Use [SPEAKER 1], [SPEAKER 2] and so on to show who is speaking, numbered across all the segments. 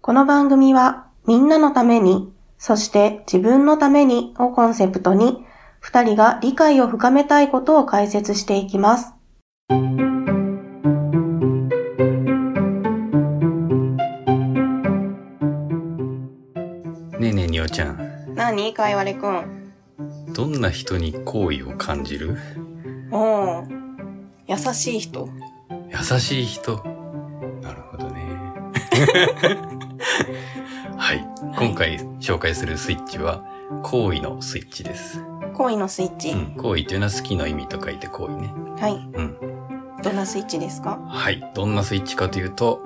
[SPEAKER 1] この番組は、みんなのために、そして自分のためにをコンセプトに、二人が理解を深めたいことを解説していきます。
[SPEAKER 2] ねえねえにおちゃん
[SPEAKER 1] なにかいわれくん。
[SPEAKER 2] どんな人に好意を感じる
[SPEAKER 1] おう優しい人。
[SPEAKER 2] 優しい人なるほどね はい今回紹介するスイッチは好意のスイッチです、
[SPEAKER 1] 恋のスイッチ。
[SPEAKER 2] うん、好意というのは好きの意味と書いて好意ね
[SPEAKER 1] はい。
[SPEAKER 2] うん
[SPEAKER 1] どんなスイッチですか
[SPEAKER 2] はいどんなスイッチかというと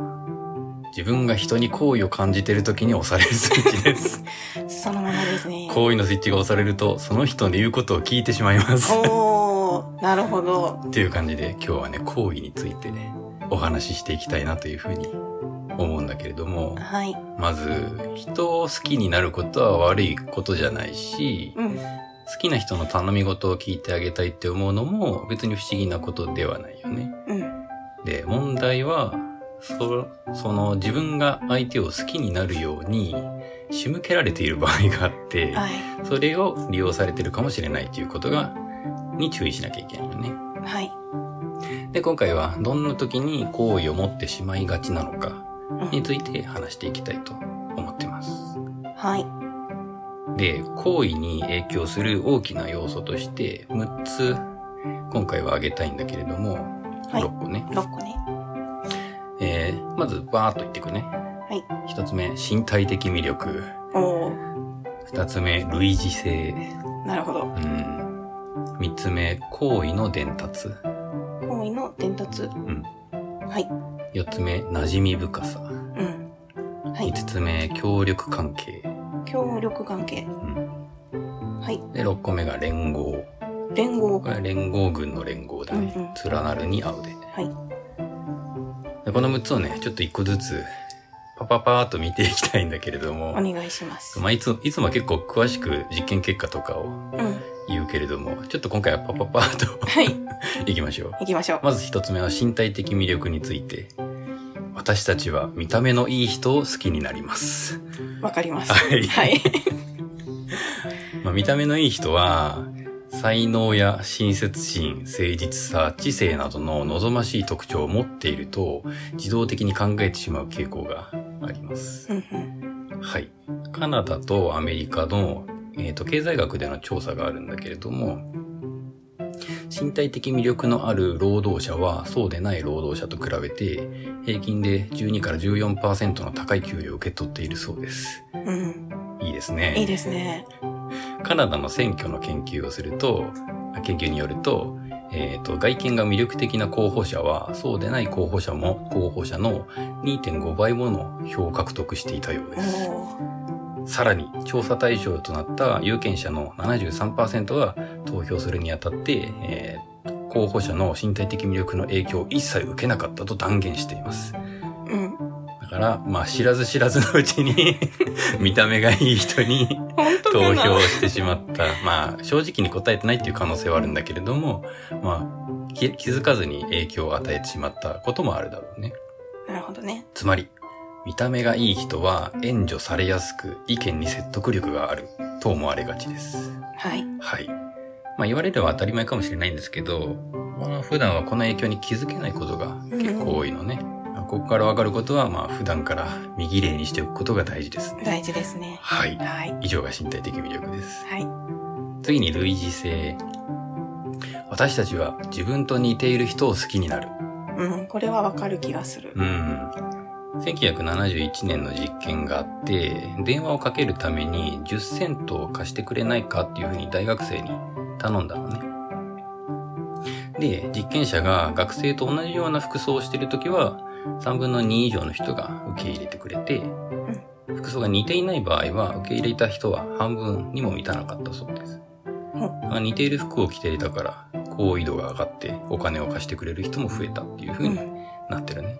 [SPEAKER 2] 自分が人に好意を感じている時に押されるスイッチ です。
[SPEAKER 1] そのままですね。
[SPEAKER 2] 好意のスイッチが押されると、その人の言うことを聞いてしまいます。
[SPEAKER 1] おー、なるほど。
[SPEAKER 2] っていう感じで今日はね行為についてねお話ししていきたいなというふうに思うんだけれども
[SPEAKER 1] はい。
[SPEAKER 2] まず人を好きになることは悪いことじゃないし
[SPEAKER 1] うん。
[SPEAKER 2] 好きな人の頼み事を聞いてあげたいって思うのも別に不思議なことではないよね。
[SPEAKER 1] うん。
[SPEAKER 2] で問題はそその自分が相手を好きになるように仕向けられている場合があって
[SPEAKER 1] はい。
[SPEAKER 2] それを利用されてるかもしれないということがに注意しなきゃいけないよね。
[SPEAKER 1] はい。
[SPEAKER 2] で、今回はどんな時に好意を持ってしまいがちなのか
[SPEAKER 1] う
[SPEAKER 2] に
[SPEAKER 1] ん、
[SPEAKER 2] ついて話していきたいと思ってます。
[SPEAKER 1] はい。
[SPEAKER 2] で、好意に影響する大きな要素として6つ今回は挙げたいんだけれども、
[SPEAKER 1] はい
[SPEAKER 2] 6個ね。
[SPEAKER 1] 6個ね。
[SPEAKER 2] えー、まずバーっと言っていくね。
[SPEAKER 1] い
[SPEAKER 2] 1つ目、身体的魅力。
[SPEAKER 1] おー、
[SPEAKER 2] 2つ目、類似性。
[SPEAKER 1] なるほど。
[SPEAKER 2] うん。3つ目、好意の伝達。
[SPEAKER 1] 行為の伝達。
[SPEAKER 2] ん
[SPEAKER 1] はい。
[SPEAKER 2] 4つ目、馴染み深さ。
[SPEAKER 1] うん。はい
[SPEAKER 2] 5。つ目、協力関係。
[SPEAKER 1] 協力関係。
[SPEAKER 2] うん。
[SPEAKER 1] はい。
[SPEAKER 2] で、6個目が連合。
[SPEAKER 1] 連合
[SPEAKER 2] こ。れは連合軍の連合だね。
[SPEAKER 1] うんうん
[SPEAKER 2] 連なるに合うで。
[SPEAKER 1] はい。
[SPEAKER 2] でこの6つをね、ちょっと1個ずつ、パパパーっと見ていきたいんだけれど
[SPEAKER 1] お
[SPEAKER 2] も、
[SPEAKER 1] 願いします。
[SPEAKER 2] まあ、いついつもは結構詳しく実験結果とかを
[SPEAKER 1] うん。
[SPEAKER 2] 言うけれども、ちょっと今回はパパパーっと
[SPEAKER 1] はい。
[SPEAKER 2] いきましょう。
[SPEAKER 1] 行きましょう。
[SPEAKER 2] まず1つ目は身体的魅力について。私たちは見た目のいい人を好きになります。
[SPEAKER 1] わかります。
[SPEAKER 2] はい
[SPEAKER 1] はい。
[SPEAKER 2] まあ、見た目のいい人は、才能や親切心、誠実さ、知性などの望ましい特徴を持っていると、自動的に考えてしまう傾向があります。
[SPEAKER 1] うんうん
[SPEAKER 2] はい。カナダとアメリカの、えーと経済学での調査があるんだけれども、身体的魅力のある労働者はそうでない労働者と比べて平均で12から14%の高い給料を受け取っているそうです。
[SPEAKER 1] うん。
[SPEAKER 2] いいですね。
[SPEAKER 1] いいですね。
[SPEAKER 2] カナダの選挙の研究をすると、研究によると、えっ、と、外見が魅力的な候補者は、そうでない候補者も、候補者の2.5倍もの票を獲得していたよう
[SPEAKER 1] お
[SPEAKER 2] です。
[SPEAKER 1] ー
[SPEAKER 2] さらに、調査対象となった有権者の73%は、投票するにあたって、えー候補者の身体的魅力の影響を一切受けなかったと断言しています。
[SPEAKER 1] うん。
[SPEAKER 2] だから、まあ、知らず知らずのうちに、 見た目がいい人に、
[SPEAKER 1] 本当
[SPEAKER 2] 投
[SPEAKER 1] かな
[SPEAKER 2] 票してしまった。まあ、正直に答えてないっていう可能性はあるんだけれども、まあ、き気づかずに影響を与えてしまったこともあるだろうね。
[SPEAKER 1] なるほどね。
[SPEAKER 2] つまり、見た目がいい人は援助されやすく意見に説得力があると思われがちです。
[SPEAKER 1] はい。
[SPEAKER 2] はい。まあ言われれば当たり前かもしれないんですけど、まあ、普段はこの影響に気づけないことが結構多いのね。まあここからわかることは、まあ普段から見綺麗にしておくことが大事ですね。
[SPEAKER 1] 大事ですね。
[SPEAKER 2] はい。
[SPEAKER 1] はい。
[SPEAKER 2] 以上が身体的魅力です。
[SPEAKER 1] はい。
[SPEAKER 2] 次に類似性。私たちは自分と似ている人を好きになる。
[SPEAKER 1] うん。これはわかる気がする。
[SPEAKER 2] うん。1971年の実験があって、電話をかけるために10セントを貸してくれないかっていうふうに大学生に頼んだのね。で、実験者が学生と同じような服装をしているときは、3分の2以上の人が受け入れてくれて、服装が似ていない場合は、受け入れた人は半分にも満たなかったそうです。
[SPEAKER 1] う
[SPEAKER 2] あ似ている服を着ていたから、好意度が上がって、お金を貸してくれる人も増えたっていうふう
[SPEAKER 1] う
[SPEAKER 2] に
[SPEAKER 1] ん。
[SPEAKER 2] なってるね。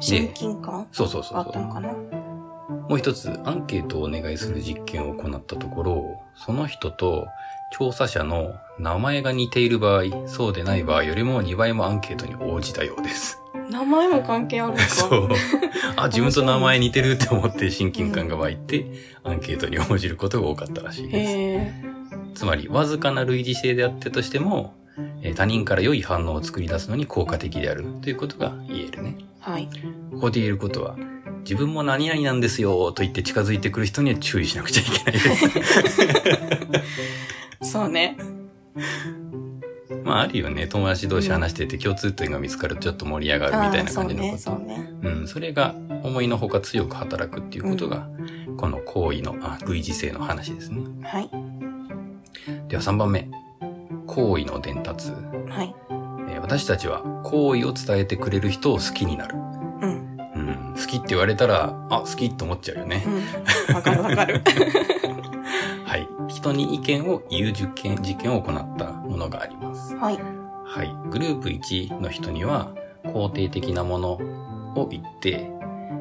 [SPEAKER 1] 親近感
[SPEAKER 2] そうそうそ
[SPEAKER 1] あ
[SPEAKER 2] う
[SPEAKER 1] っ
[SPEAKER 2] そ
[SPEAKER 1] た
[SPEAKER 2] う
[SPEAKER 1] の。かな
[SPEAKER 2] もう一つ、アンケートをお願いする実験を行ったところ、その人と調査者の名前が似ている場合、そうでない場合よりも2倍もアンケートに応じたようです。
[SPEAKER 3] 名前も関係あるのか。
[SPEAKER 2] そう。あ、自分と名前似てるって思って親近感が湧いて、アンケートに応じることが多かったらしい
[SPEAKER 3] へ
[SPEAKER 2] です。
[SPEAKER 3] え。
[SPEAKER 2] つまり、わずかな類似性であってとしても、えー他人から良い反応を作り出すのに効果的であるということが言えるね。
[SPEAKER 3] はい。
[SPEAKER 2] ここで言えることは、自分も何々なんですよと言って近づいてくる人には注意しなくちゃいけないです。
[SPEAKER 3] そうね。
[SPEAKER 2] まああるよね。友達同士話してて共通点が見つかるとちょっと盛り上がるみたいな感じの
[SPEAKER 3] あ
[SPEAKER 2] こ
[SPEAKER 3] ー
[SPEAKER 2] と
[SPEAKER 3] そうね、そう。ね。
[SPEAKER 2] うん、それが思いのほか強く働くっていうことが、この行為のあ類似性の話ですね。
[SPEAKER 3] はい。
[SPEAKER 2] では3番目。行為の伝達。
[SPEAKER 3] はい。
[SPEAKER 2] えー私たちは行為を伝えてくれる人を好きになる。
[SPEAKER 3] うん。
[SPEAKER 2] うん、好きって言われたら、あ、好きって思っちゃうよね。
[SPEAKER 3] うん。わかるわかる。
[SPEAKER 2] はい。人に意見を言う実験、実験を行ったものがあります。
[SPEAKER 3] はい。
[SPEAKER 2] はい。グループ1の人には肯定的なものを言って、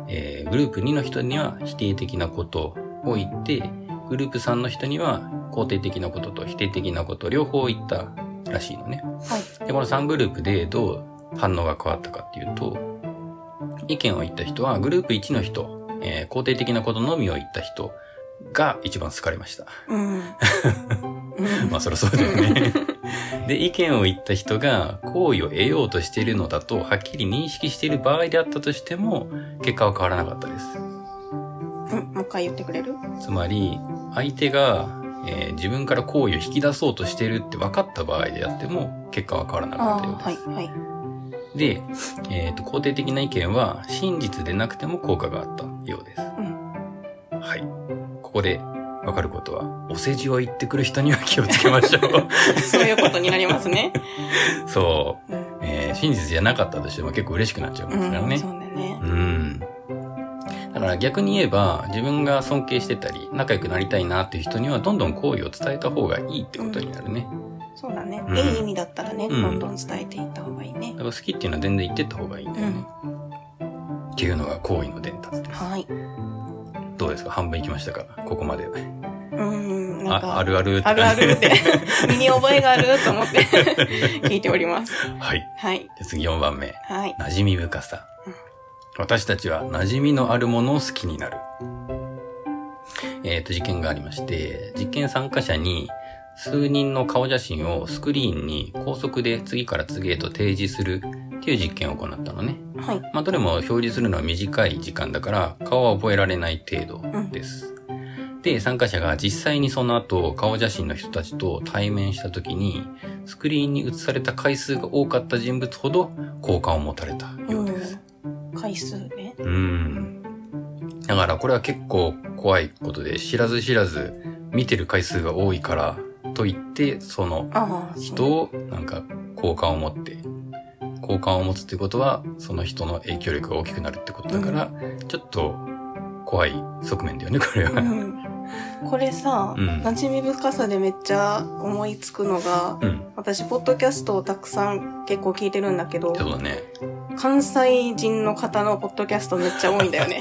[SPEAKER 2] えーグループ2の人には否定的なことを言って、グループ3の人には肯定的なことと否定的なこと両方言ったらしいのね。
[SPEAKER 3] は
[SPEAKER 2] で、この3グループでどう反応が変わったかっていうと、意見を言った人はグループ1の人、えー肯定的なことのみを言った人が一番好かれました。
[SPEAKER 3] うん。うん
[SPEAKER 2] まあそりゃそうだ よね。で、意見を言った人が好意を得ようとしているのだとはっきり認識している場合であったとしても、結果は変わらなかったです。
[SPEAKER 3] うん。もう一回言ってくれる
[SPEAKER 2] つまり、相手が、えー自分から好意を引き出そうとしてるって分かった場合であっても、結果は変わらなか
[SPEAKER 3] あ
[SPEAKER 2] った
[SPEAKER 3] あ
[SPEAKER 2] ようです。
[SPEAKER 3] ー、はい。はい。
[SPEAKER 2] で、えっと肯定的な意見は真実でなくても効果があったようです。はい。ここで分かることは、お世辞を言ってくる人には気をつけましょう。
[SPEAKER 3] そういうことになりますね。
[SPEAKER 2] そう。
[SPEAKER 3] うん
[SPEAKER 2] えー真実じゃなかったとしても結構嬉しくなっちゃうんですから
[SPEAKER 3] うん
[SPEAKER 2] ね
[SPEAKER 3] そう。だね
[SPEAKER 2] う。ん。だから逆に言えば、自分が尊敬してたり、仲良くなりたいなっていう人には、どんどん好意を伝えた方がいいってことになるね。
[SPEAKER 3] そうだね
[SPEAKER 2] う。ん
[SPEAKER 3] いい意味だったらね、
[SPEAKER 2] うん
[SPEAKER 3] どんどん伝えていった方がいいね
[SPEAKER 2] だ。から好きっていうのは全然言ってった方がいいんだよね。っていうのが好意の伝達です。
[SPEAKER 3] はい。
[SPEAKER 2] どうですか半分いきましたかここまで。
[SPEAKER 3] うん。なん
[SPEAKER 2] あ、
[SPEAKER 3] か、
[SPEAKER 2] あるあるって
[SPEAKER 3] あるある って、身に覚えがあると思って聞いております。
[SPEAKER 2] はい。じ
[SPEAKER 3] はい。
[SPEAKER 2] ゃあ次4番目。
[SPEAKER 3] はい。
[SPEAKER 2] 馴染み深さ
[SPEAKER 3] うん。
[SPEAKER 2] 私たちは馴染みのあるものを好きになる。えっ、と、実験がありまして、実験参加者に数人の顔写真をスクリーンに高速で次から次へと提示するっていう実験を行ったのね。
[SPEAKER 3] はい。
[SPEAKER 2] まあ、どれも表示するのは短い時間だから、顔は覚えられない程度です。で、参加者が実際にその後、顔写真の人たちと対面した時に、スクリーンに映された回数が多かった人物ほど、好感を持たれたようです。
[SPEAKER 3] うん回数ね。
[SPEAKER 2] うん。だから、これは結構怖いことで、知らず知らず、見てる回数が多いから、と言って、その
[SPEAKER 3] ああ。
[SPEAKER 2] 人をなんか好感を持って好感を持つってことはその人の影響力が大きくなるってことだから、ちょっと怖い側面だよねこれ
[SPEAKER 3] う
[SPEAKER 2] は。
[SPEAKER 3] ん。これさ、
[SPEAKER 2] うん
[SPEAKER 3] 馴染み深さでめっちゃ思いつくのが、
[SPEAKER 2] うん、
[SPEAKER 3] 私、ポッドキャストをたくさん結構聞いてるんだけど、
[SPEAKER 2] そうだね。
[SPEAKER 3] 関西人の方のポッドキャストめっちゃ多いんだよ ね。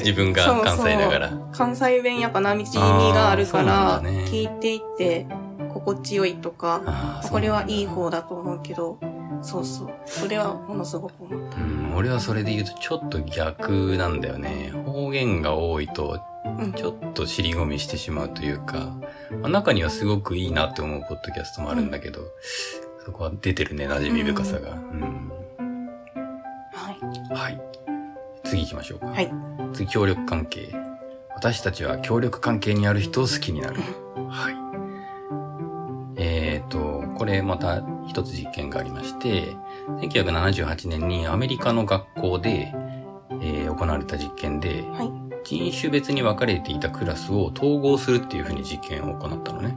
[SPEAKER 2] 自分が関西だから。
[SPEAKER 3] 関西弁やっぱなみじみがあるか
[SPEAKER 2] あー
[SPEAKER 3] ら、
[SPEAKER 2] そうなんだね
[SPEAKER 3] 聞いていて心地よいとか、
[SPEAKER 2] ああそう
[SPEAKER 3] これはいい
[SPEAKER 2] なんだ
[SPEAKER 3] 方だと思うけど、そうそう。それはものすごく思う。
[SPEAKER 2] うん、俺はそれで言うとちょっと逆なんだよね。方言が多いと
[SPEAKER 3] うん
[SPEAKER 2] ちょっと尻込みしてしまうというか、まあ、中にはすごくいいなって思うポッドキャストもあるんだけど、そこは出てるね、馴染み深さが。うん
[SPEAKER 3] はい。
[SPEAKER 2] はい。次行きましょうか。
[SPEAKER 3] はい
[SPEAKER 2] 次、協力関係。私たちは協力関係にある人を好きになる。はい。えっ、と、これまた一つ実験がありまして、1978年にアメリカの学校で、えー行われた実験で、
[SPEAKER 3] はい
[SPEAKER 2] 人種別に分かれていたクラスを統合するっていうふうに実験を行ったのね。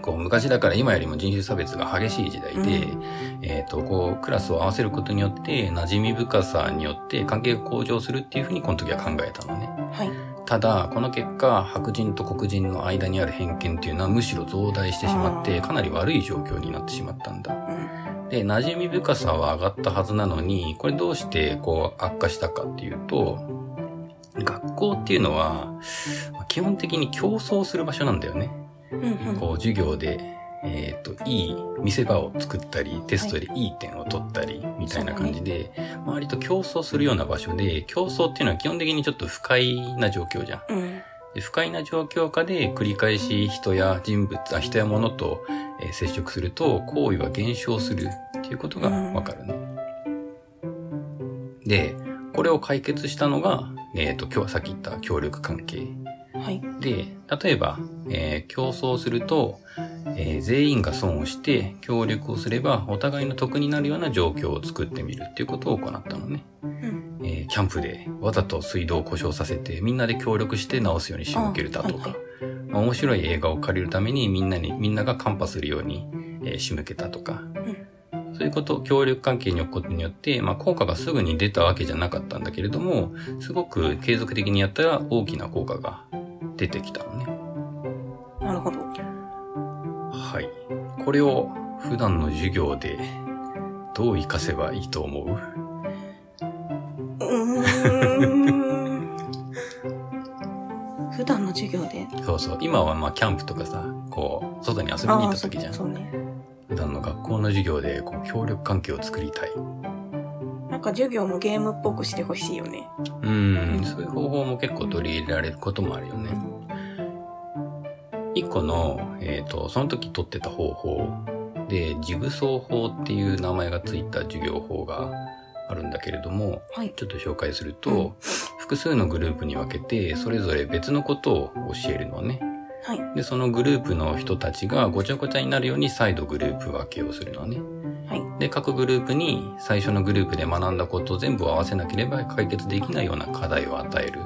[SPEAKER 2] こう昔だから今よりも人種差別が激しい時代で、
[SPEAKER 3] うん
[SPEAKER 2] えっ、と、こう、クラスを合わせることによって、馴染み深さによって関係が向上するっていうふうにこの時は考えたのね。
[SPEAKER 3] はい。
[SPEAKER 2] ただ、この結果、白人と黒人の間にある偏見っていうのはむしろ増大してしまっ
[SPEAKER 3] あー
[SPEAKER 2] て、かなり悪い状況になってしまったんだ。
[SPEAKER 3] うん
[SPEAKER 2] で、馴染み深さは上がったはずなのに、これどうしてこう悪化したかっていうと、学校っていうのは、まあ基本的に競争する場所なんだよね。
[SPEAKER 3] うんうん。
[SPEAKER 2] こう授業で、ええっ、と、いい見せ場を作ったり、テストでいい点を取ったり、みたいな感じで、周りと競争するような場所で、競争っていうのは基本的にちょっと不快な状況じゃん。
[SPEAKER 3] うん。
[SPEAKER 2] で不快な状況下で繰り返し人や人物、あ人や物と、えー接触すると行為は減少するっていうことがわかるね。で、これを解決したのが、えっ、と、今日さっき言った協力関係。
[SPEAKER 3] はい。
[SPEAKER 2] で、例えば、えー競争すると、えー全員が損をして協力をすればお互いの得になるような状況を作ってみるっていうことを行ったのね。
[SPEAKER 3] うん。
[SPEAKER 2] えーキャンプでわざと水道を故障させてみんなで協力して直すように仕向けるだと
[SPEAKER 3] あ
[SPEAKER 2] か、
[SPEAKER 3] は
[SPEAKER 2] まあ面白い映画を借りるためにみんなにみんながカンパするように、えー仕向けたとか、そういうこと協力関係に置くことによって、まあ、効果がすぐに出たわけじゃなかったんだけれどもすごく継続的にやったら大きな効果が出てきたのね。
[SPEAKER 3] なるほど。
[SPEAKER 2] はい。これを普段の授業でどう活かせばいいと思う
[SPEAKER 3] うーん。普段の授業で。
[SPEAKER 2] そうそう。今はまあキャンプとかさ、こう、外に遊びに行った時じゃん。
[SPEAKER 3] そうね。
[SPEAKER 2] 普段の学校の授業でこう協力関係を作りたい。う
[SPEAKER 3] なんか授業もゲームっぽくしてほしいよね。
[SPEAKER 2] ーん、そういう方法も結構取り入れられることもあるよね。一個の、えっ、と、その時取ってた方法で、ジグソー法っていう名前がついた授業法があるんだけれども、
[SPEAKER 3] はい。
[SPEAKER 2] ちょっと紹介すると、
[SPEAKER 3] うん
[SPEAKER 2] 複数のグループに分けて、それぞれ別のことを教えるのね。
[SPEAKER 3] はい。
[SPEAKER 2] で、そのグループの人たちがごちゃごちゃになるように再度グループ分けをするのね。
[SPEAKER 3] はい。
[SPEAKER 2] で、各グループに最初のグループで学んだことを全部合わせなければ解決できないような課題を与える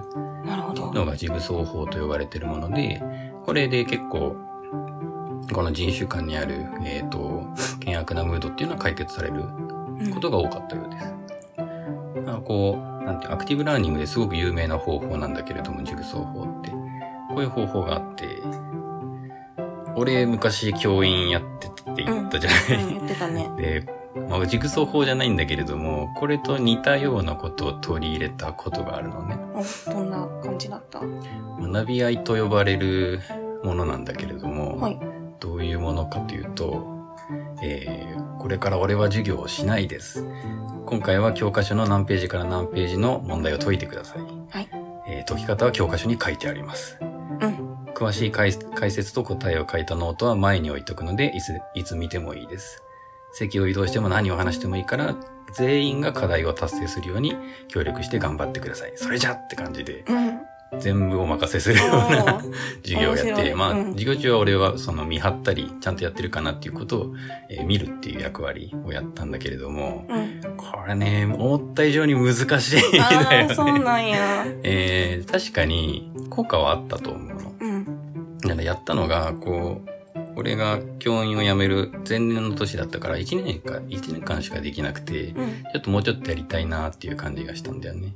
[SPEAKER 3] なるほど。
[SPEAKER 2] のがジグソー法と呼ばれているもので、これで結構、この人種間にある、えっ、と、険悪なムードっていうのは解決される
[SPEAKER 3] うん
[SPEAKER 2] ことが多かったようです。あのこう、なんていうアクティブラーニングですごく有名な方法なんだけれども、ジグソー法って。こういう方法があって、俺昔教員やってたって言ったじゃない、
[SPEAKER 3] うん、言ってたね。
[SPEAKER 2] で、まあ、ジグソー法じゃないんだけれども、これと似たようなことを取り入れたことがあるのね。
[SPEAKER 3] おどんな感じだった
[SPEAKER 2] 学び合いと呼ばれるものなんだけれども、
[SPEAKER 3] はい。
[SPEAKER 2] どういうものかというと、えーこれから俺は授業をしないです。今回は教科書の何ページから何ページの問題を解いてください。
[SPEAKER 3] はい
[SPEAKER 2] えー解き方は教科書に書いてあります。
[SPEAKER 3] うん。
[SPEAKER 2] 詳しい解解説と答えを書いたノートは前に置いとくので、いつ、いつ見てもいいです。席を移動しても何を話してもいいから、全員が課題を達成するように協力して頑張ってください。それじゃって感じで、
[SPEAKER 3] うん。
[SPEAKER 2] 全部お任せするよう
[SPEAKER 3] お
[SPEAKER 2] な
[SPEAKER 3] ー
[SPEAKER 2] 授業をやっ
[SPEAKER 3] 面白
[SPEAKER 2] て、
[SPEAKER 3] い
[SPEAKER 2] まあ、
[SPEAKER 3] うん
[SPEAKER 2] 授業中は俺はその見張ったり、ちゃんとやってるかなっていうことを、えー見るっていう役割をやったんだけれども、
[SPEAKER 3] うん。
[SPEAKER 2] これね、思った以上に難しいんだ
[SPEAKER 3] あ
[SPEAKER 2] よ
[SPEAKER 3] あ、
[SPEAKER 2] ね。
[SPEAKER 3] そうなんや。
[SPEAKER 2] えー確かに効果はあったと思うの。
[SPEAKER 3] うん。
[SPEAKER 2] なんかやったのが、こう、俺が教員を辞める前年の年だったから、1年か、1年間しかできなくて、
[SPEAKER 3] うん。
[SPEAKER 2] ちょっともうちょっとやりたいなっていう感じがしたんだよね。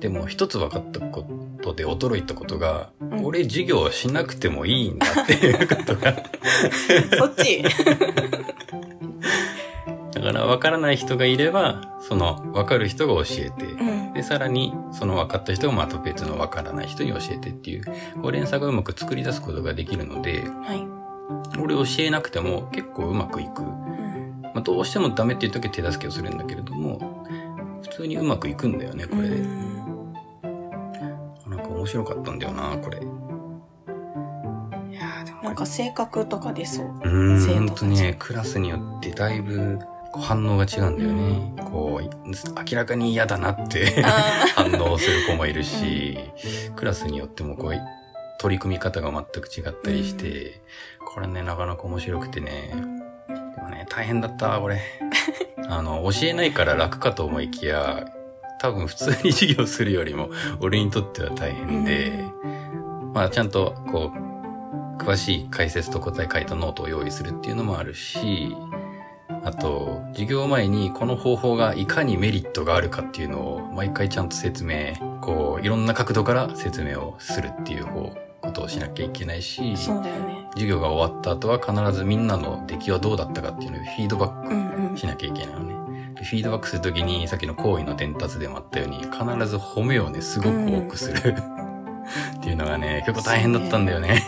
[SPEAKER 2] でも一つ分かったことで驚いたことが、
[SPEAKER 3] ん
[SPEAKER 2] 俺授業しなくてもいいんだっていうことが。
[SPEAKER 3] そっち。
[SPEAKER 2] だから分からない人がいれば、その分かる人が教えて、
[SPEAKER 3] うん。
[SPEAKER 2] で、さらにその分かった人がまた別の分からない人に教えてっていう、こう連鎖がうまく作り出すことができるので、
[SPEAKER 3] はい。
[SPEAKER 2] 俺教えなくても結構うまくいく。
[SPEAKER 3] うん
[SPEAKER 2] まあ、どうしてもダメっていう時は手助けをするんだけれども、普通にうまくいくんだよね、これで。
[SPEAKER 3] うん
[SPEAKER 2] なんか面白かったんだよな、これ。
[SPEAKER 3] いやーでもなんか性格とか出そう。
[SPEAKER 2] うーん、
[SPEAKER 3] 生徒
[SPEAKER 2] ほん
[SPEAKER 3] たち
[SPEAKER 2] とね、クラスによってだいぶこう反応が違うんだよね。こう、い明らかに嫌だなって
[SPEAKER 3] あ
[SPEAKER 2] 反応する子もいるし、クラスによってもこう、取り組み方が全く違ったりして、これね、なかなか面白くてね。でもね、大変だった、これ。 あの、教えないから楽かと思いきや、多分普通に授業するよりも、 俺にとっては大変で、まあちゃんと、こう、詳しい解説と答え書いたノートを用意するっていうのもあるし、あと、授業前にこの方法がいかにメリットがあるかっていうのを毎回ちゃんと説明、こう、いろんな角度から説明をするっていう方、ことをしなきゃいけないし、
[SPEAKER 3] ーそうだよね。
[SPEAKER 2] 授業が終わった後は必ずみんなの出来はどうだったかっていうのをフィードバ
[SPEAKER 3] う
[SPEAKER 2] ッ
[SPEAKER 3] んうん
[SPEAKER 2] ク。しなきゃいけないのね。でフィードバックするときに、さっきの行為の伝達でもあったように、必ず褒めをね、すごく多くする、っていうのがね、結構大変だったんだよね。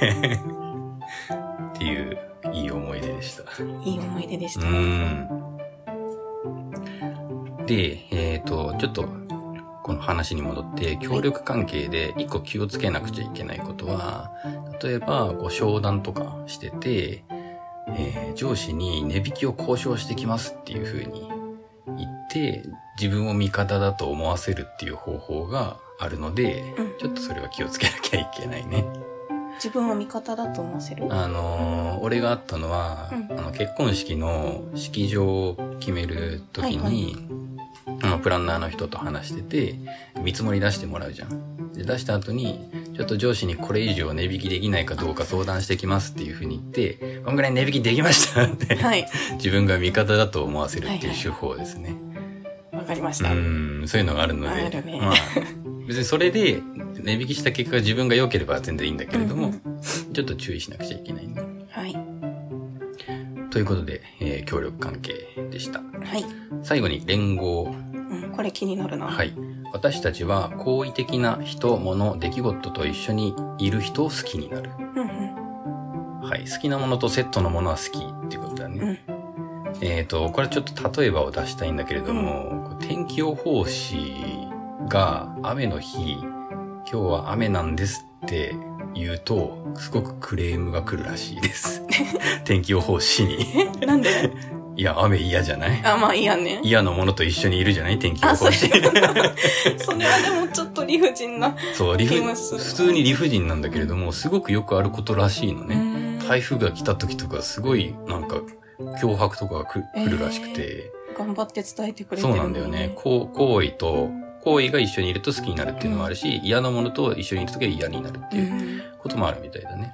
[SPEAKER 2] っていう、いい思い出ででした。
[SPEAKER 3] いい思い出でし
[SPEAKER 2] う
[SPEAKER 3] た。
[SPEAKER 2] ん。で、えっ、と、ちょっと、この話に戻って、協力関係で一個気をつけなくちゃいけないことは、例えば、こう、商談とかしてて、えー上司に値引きを交渉してきますっていう風に言って、自分を味方だと思わせるっていう方法があるので、
[SPEAKER 3] うん
[SPEAKER 2] ちょっとそれは気をつけなきゃいけないね。
[SPEAKER 3] 自分を味方だと思わせる。
[SPEAKER 2] あのー俺があったのは、
[SPEAKER 3] うん
[SPEAKER 2] あの結婚式の式場を決める時に、
[SPEAKER 3] はいはい
[SPEAKER 2] あのプランナーの人と話してて見積もり出してもらうじゃん。で出した後にちょっと上司にこれ以上値引きできないかどうか相談してきますっていうふうに言って「こんぐらい値引きできました」って
[SPEAKER 3] はい。
[SPEAKER 2] 自分が味方だと思わせる
[SPEAKER 3] は
[SPEAKER 2] っていう
[SPEAKER 3] いはい
[SPEAKER 2] 手法ですね。
[SPEAKER 3] わかりまし
[SPEAKER 2] う
[SPEAKER 3] た。
[SPEAKER 2] んそういうのがあるので。
[SPEAKER 3] あるね
[SPEAKER 2] まあ、別にそれで値引きした結果が自分が良ければ全然いいんだけれど
[SPEAKER 3] う
[SPEAKER 2] も、
[SPEAKER 3] ん
[SPEAKER 2] ちょっと注意しなくちゃいけないね。
[SPEAKER 3] はい。
[SPEAKER 2] ということで、えー協力関係でした。
[SPEAKER 3] はい。
[SPEAKER 2] 最後に連合。
[SPEAKER 3] うん、これ気になるな。
[SPEAKER 2] はい。私たちは好意的な人、物、出来事と一緒にいる人を好きになる。
[SPEAKER 3] うんうん。
[SPEAKER 2] はい。好きなものとセットのものは好きっていうことだ
[SPEAKER 3] う
[SPEAKER 2] ね。
[SPEAKER 3] ん。
[SPEAKER 2] えっ、と、これはちょっと例えばを出したいんだけれども、天気予報士が雨の日、今日は雨なんですって言うと、すごくクレームが来るらしい です。天気予報士に。
[SPEAKER 3] え、なんで
[SPEAKER 2] いや、雨嫌じゃない
[SPEAKER 3] あ、まあいいやね。
[SPEAKER 2] 嫌なものと一緒にいるじゃない天気予
[SPEAKER 3] あ、そ
[SPEAKER 2] 報
[SPEAKER 3] れ
[SPEAKER 2] 士。
[SPEAKER 3] は、それはでもちょっと理不尽な。
[SPEAKER 2] そう、理不
[SPEAKER 3] 気がする
[SPEAKER 2] 普通に理不尽なんだけれども、すごくよくあることらしいのね。
[SPEAKER 3] ね
[SPEAKER 2] 台風が来た時とか、すごい、なんか、脅迫とかがく
[SPEAKER 3] えー
[SPEAKER 2] 来るらしくて、
[SPEAKER 3] 頑張って伝えてくれて
[SPEAKER 2] そ
[SPEAKER 3] る
[SPEAKER 2] う
[SPEAKER 3] の
[SPEAKER 2] な
[SPEAKER 3] に
[SPEAKER 2] んだよね。こう、行為と、行為が一緒にいると好きになるっていうのもあるし、嫌なものと一緒にいるときは嫌になるって
[SPEAKER 3] う。
[SPEAKER 2] いうんこともあるみたいだね。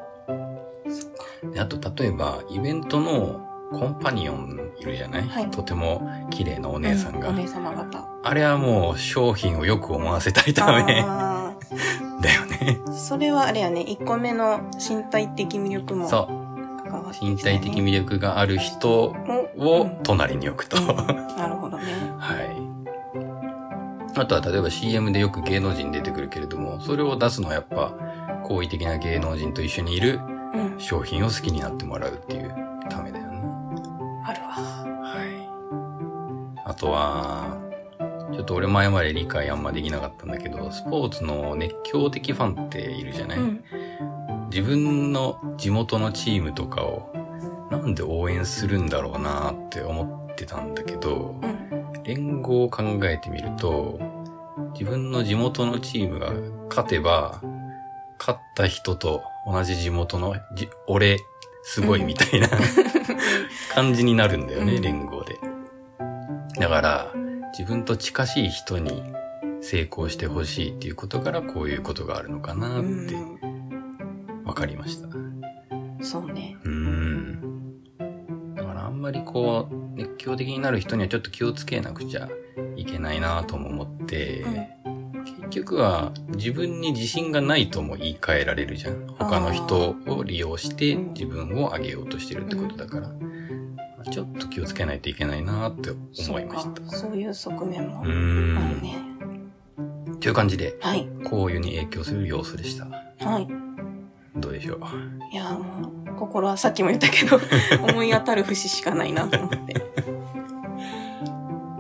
[SPEAKER 2] であと、例えば、イベントのコンパニオンいるじゃない、
[SPEAKER 3] はい
[SPEAKER 2] とても綺麗なお姉さんが。
[SPEAKER 3] うお姉様方。
[SPEAKER 2] あれはもう商品をよく思わせたいため
[SPEAKER 3] あー
[SPEAKER 2] だよね。
[SPEAKER 3] それはあれやね、1個目の身体的魅力も
[SPEAKER 2] そう。
[SPEAKER 3] 関わってきたね
[SPEAKER 2] 身体的魅力がある人
[SPEAKER 3] も、う
[SPEAKER 2] を
[SPEAKER 3] ん
[SPEAKER 2] 隣に置くと。 は
[SPEAKER 3] なるほどね。
[SPEAKER 2] い。あとは例えば CM でよく芸能人出てくるけれども、それを出すのはやっぱ、好意的な芸能人と一緒にいる
[SPEAKER 3] うん。
[SPEAKER 2] 商品を好きになってもらうっていうためだよね。
[SPEAKER 3] あるわ。
[SPEAKER 2] はい。あとは、ちょっと俺前まで理解あんまできなかったんだけど、スポーツの熱狂的ファンっているじゃない、
[SPEAKER 3] うん。
[SPEAKER 2] 自分の地元のチームとかをなんで応援するんだろうなって思ってたんだけど
[SPEAKER 3] う、ん。
[SPEAKER 2] 連合を考えてみると、自分の地元のチームが勝てば、勝った人と同じ地元のじ、俺、すごいみた いな感じになるんだよね、
[SPEAKER 3] うん
[SPEAKER 2] 連合で。だから、自分と近しい人に成功してほしいっていうことから、こういうことがあるのかなって
[SPEAKER 3] う
[SPEAKER 2] 分かりました。
[SPEAKER 3] ん。そうね。
[SPEAKER 2] うん。だからあんまりこう、熱狂的になる人にはちょっと気をつけなくちゃいけないなとも思って、結局は自分に自信がないとも言い換えられるじゃん。他の人を利用して
[SPEAKER 3] うん
[SPEAKER 2] 自分を上げようとしてるってことだから、ちょっと気をつけないといけないなって思いました。
[SPEAKER 3] そうかそういう側面も
[SPEAKER 2] う
[SPEAKER 3] ある
[SPEAKER 2] ん。
[SPEAKER 3] ね。
[SPEAKER 2] という感じで、
[SPEAKER 3] はい。
[SPEAKER 2] こういうに影響する要素でした。
[SPEAKER 3] はい。
[SPEAKER 2] どうでしょう。
[SPEAKER 3] いやーもう、心はさっきも言ったけ ど、思い当たる節しかないなと思って。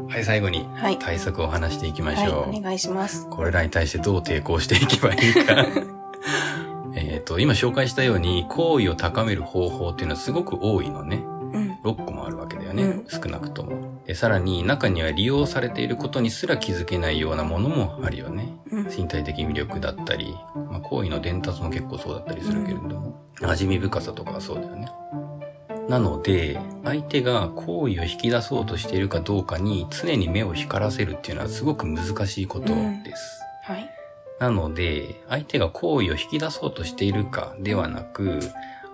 [SPEAKER 2] はい、最後に
[SPEAKER 3] はい。
[SPEAKER 2] 対策を話していきま
[SPEAKER 3] は
[SPEAKER 2] し
[SPEAKER 3] い、
[SPEAKER 2] ょう。
[SPEAKER 3] お願いします。
[SPEAKER 2] これらに対してどう抵抗していけばいい か。えっと、今紹介したように、好意を高める方法っていうのはすごく多いのね。
[SPEAKER 3] うん。
[SPEAKER 2] 6個もあるわけだよね。
[SPEAKER 3] うん
[SPEAKER 2] 少なくとも。で、さらに中には利用されていることにすら気づけないようなものもあるよね。
[SPEAKER 3] うん。
[SPEAKER 2] 身体的魅力だったり、まあ、好意の伝達も結構そうだったりするけれども、馴染み深さとかはそうだよね。なので、相手が好意を引き出そうとしているかどうかに常に目を光らせるっていうのはすごく難しいことです。
[SPEAKER 3] はい。
[SPEAKER 2] なので、相手が好意を引き出そうとしているかではなく、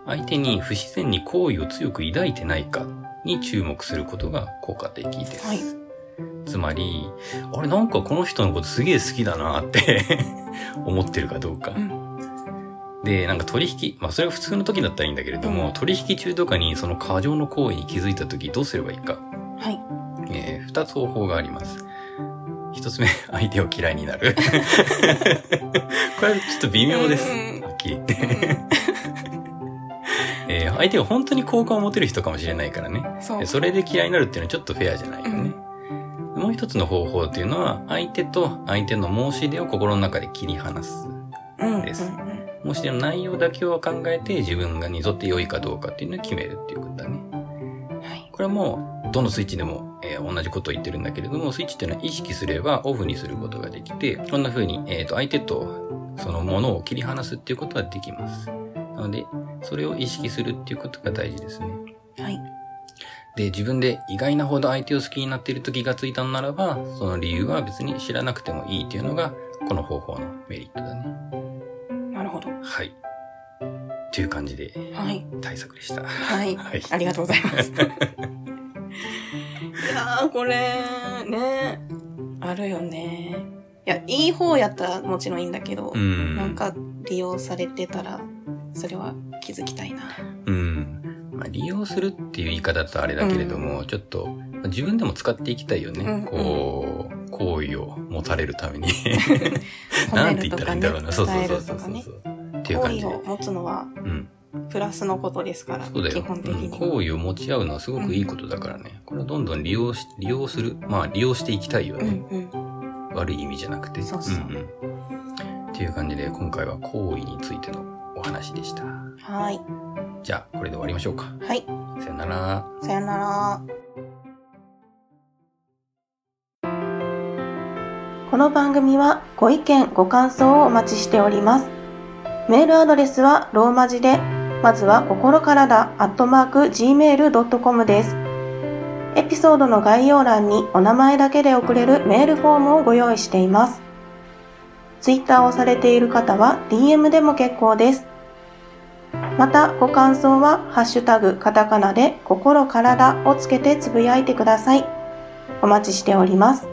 [SPEAKER 2] 相手に不自然に好意を強く抱いてないかに注目することが効果的です。
[SPEAKER 3] はい
[SPEAKER 2] つまり、あれなんかこの人のことすげえ好きだなって 思ってるかどうか。
[SPEAKER 3] うん。
[SPEAKER 2] で、なんか取引、まあそれは普通の時だったらいいんだけれども、
[SPEAKER 3] うん
[SPEAKER 2] 取引中とかにその過剰の行為に気づいた時どうすればいいか。
[SPEAKER 3] はい。
[SPEAKER 2] えー二つ方法があります。一つ目、 相手を嫌いになる。 これちょっと微妙です
[SPEAKER 3] うん。
[SPEAKER 2] はっきり言って。
[SPEAKER 3] うん
[SPEAKER 2] えー相手が本当に好感を持てる人かもしれないからね。
[SPEAKER 3] そう
[SPEAKER 2] で。それで嫌いになるっていうのはちょっとフェアじゃないよね。もう一つの方法っていうのは、相手と相手の申し出を心の中で切り離す。
[SPEAKER 3] うん。
[SPEAKER 2] です
[SPEAKER 3] うんうん
[SPEAKER 2] 申し出の内容だけを考えて自分がにとって良いかどうかっていうのを決めるっていうことだね。
[SPEAKER 3] はい。
[SPEAKER 2] これはもう、どのスイッチでも、えー同じことを言ってるんだけれども、スイッチっていうのは意識すればオフにすることができて、こんな風に、えっ、と、相手とそのものを切り離すっていうことはできます。なので、それを意識するっていうことが大事ですね。
[SPEAKER 3] はい。
[SPEAKER 2] で、自分で意外なほど相手を好きになっていると気がついたのならば、その理由は別に知らなくてもいいっていうのが、この方法のメリットだね。
[SPEAKER 3] なるほど。
[SPEAKER 2] はい。という感じで、
[SPEAKER 3] はい。
[SPEAKER 2] 対策でした。
[SPEAKER 3] はい。
[SPEAKER 2] はい。
[SPEAKER 3] ありがとうござい ます。いやー、これ、ね、あるよね。いや、いい方やったらもちろんいいんだけど、
[SPEAKER 2] うん。
[SPEAKER 3] なんか利用されてたら、それは気づきたいな。
[SPEAKER 2] うん。まあ、利用するっていう言い方だとあれだけれども、ちょっと、まあ自分でも使っていきたいよね。
[SPEAKER 3] うん
[SPEAKER 2] こう、好意を持たれる ために。な
[SPEAKER 3] 褒め
[SPEAKER 2] んて
[SPEAKER 3] る
[SPEAKER 2] 言
[SPEAKER 3] と
[SPEAKER 2] ったらい
[SPEAKER 3] か
[SPEAKER 2] いん
[SPEAKER 3] ね、
[SPEAKER 2] だろうな。そうそ
[SPEAKER 3] 伝
[SPEAKER 2] う
[SPEAKER 3] え
[SPEAKER 2] そう
[SPEAKER 3] る
[SPEAKER 2] そ
[SPEAKER 3] と
[SPEAKER 2] う
[SPEAKER 3] か
[SPEAKER 2] そう。
[SPEAKER 3] ね。
[SPEAKER 2] っていう
[SPEAKER 3] 好
[SPEAKER 2] 感
[SPEAKER 3] 意
[SPEAKER 2] じで
[SPEAKER 3] を。持つのは
[SPEAKER 2] うん。
[SPEAKER 3] プラスのことですから、
[SPEAKER 2] そうだ
[SPEAKER 3] 基
[SPEAKER 2] よ。
[SPEAKER 3] 本的に。
[SPEAKER 2] 好意を持ち合うのはすごくいいことだからね。これはどんどん利用し、利用する。まあ、利用していきたいよ
[SPEAKER 3] う
[SPEAKER 2] ね。
[SPEAKER 3] んうん。
[SPEAKER 2] 悪い意味じゃなくて。
[SPEAKER 3] そうそうん
[SPEAKER 2] うんっていう感じで、今回は好意についてのお話でした。
[SPEAKER 3] はい。
[SPEAKER 2] じゃあ、これで終わりましょうか。
[SPEAKER 3] はい。
[SPEAKER 2] さよなら。
[SPEAKER 3] さよなら。
[SPEAKER 1] この番組はご意見、ご感想をお待ちしております。メールアドレスはローマ字で、まずは心からだ、アットマーク、gmail.com です。エピソードの概要欄にお名前だけで送れるメールフォームをご用意しています。ツイッターをされている方は DM でも結構です。また、ご感想は、ハッシュタグ、カタカナで、心からだをつけてつぶやいてください。お待ちしております。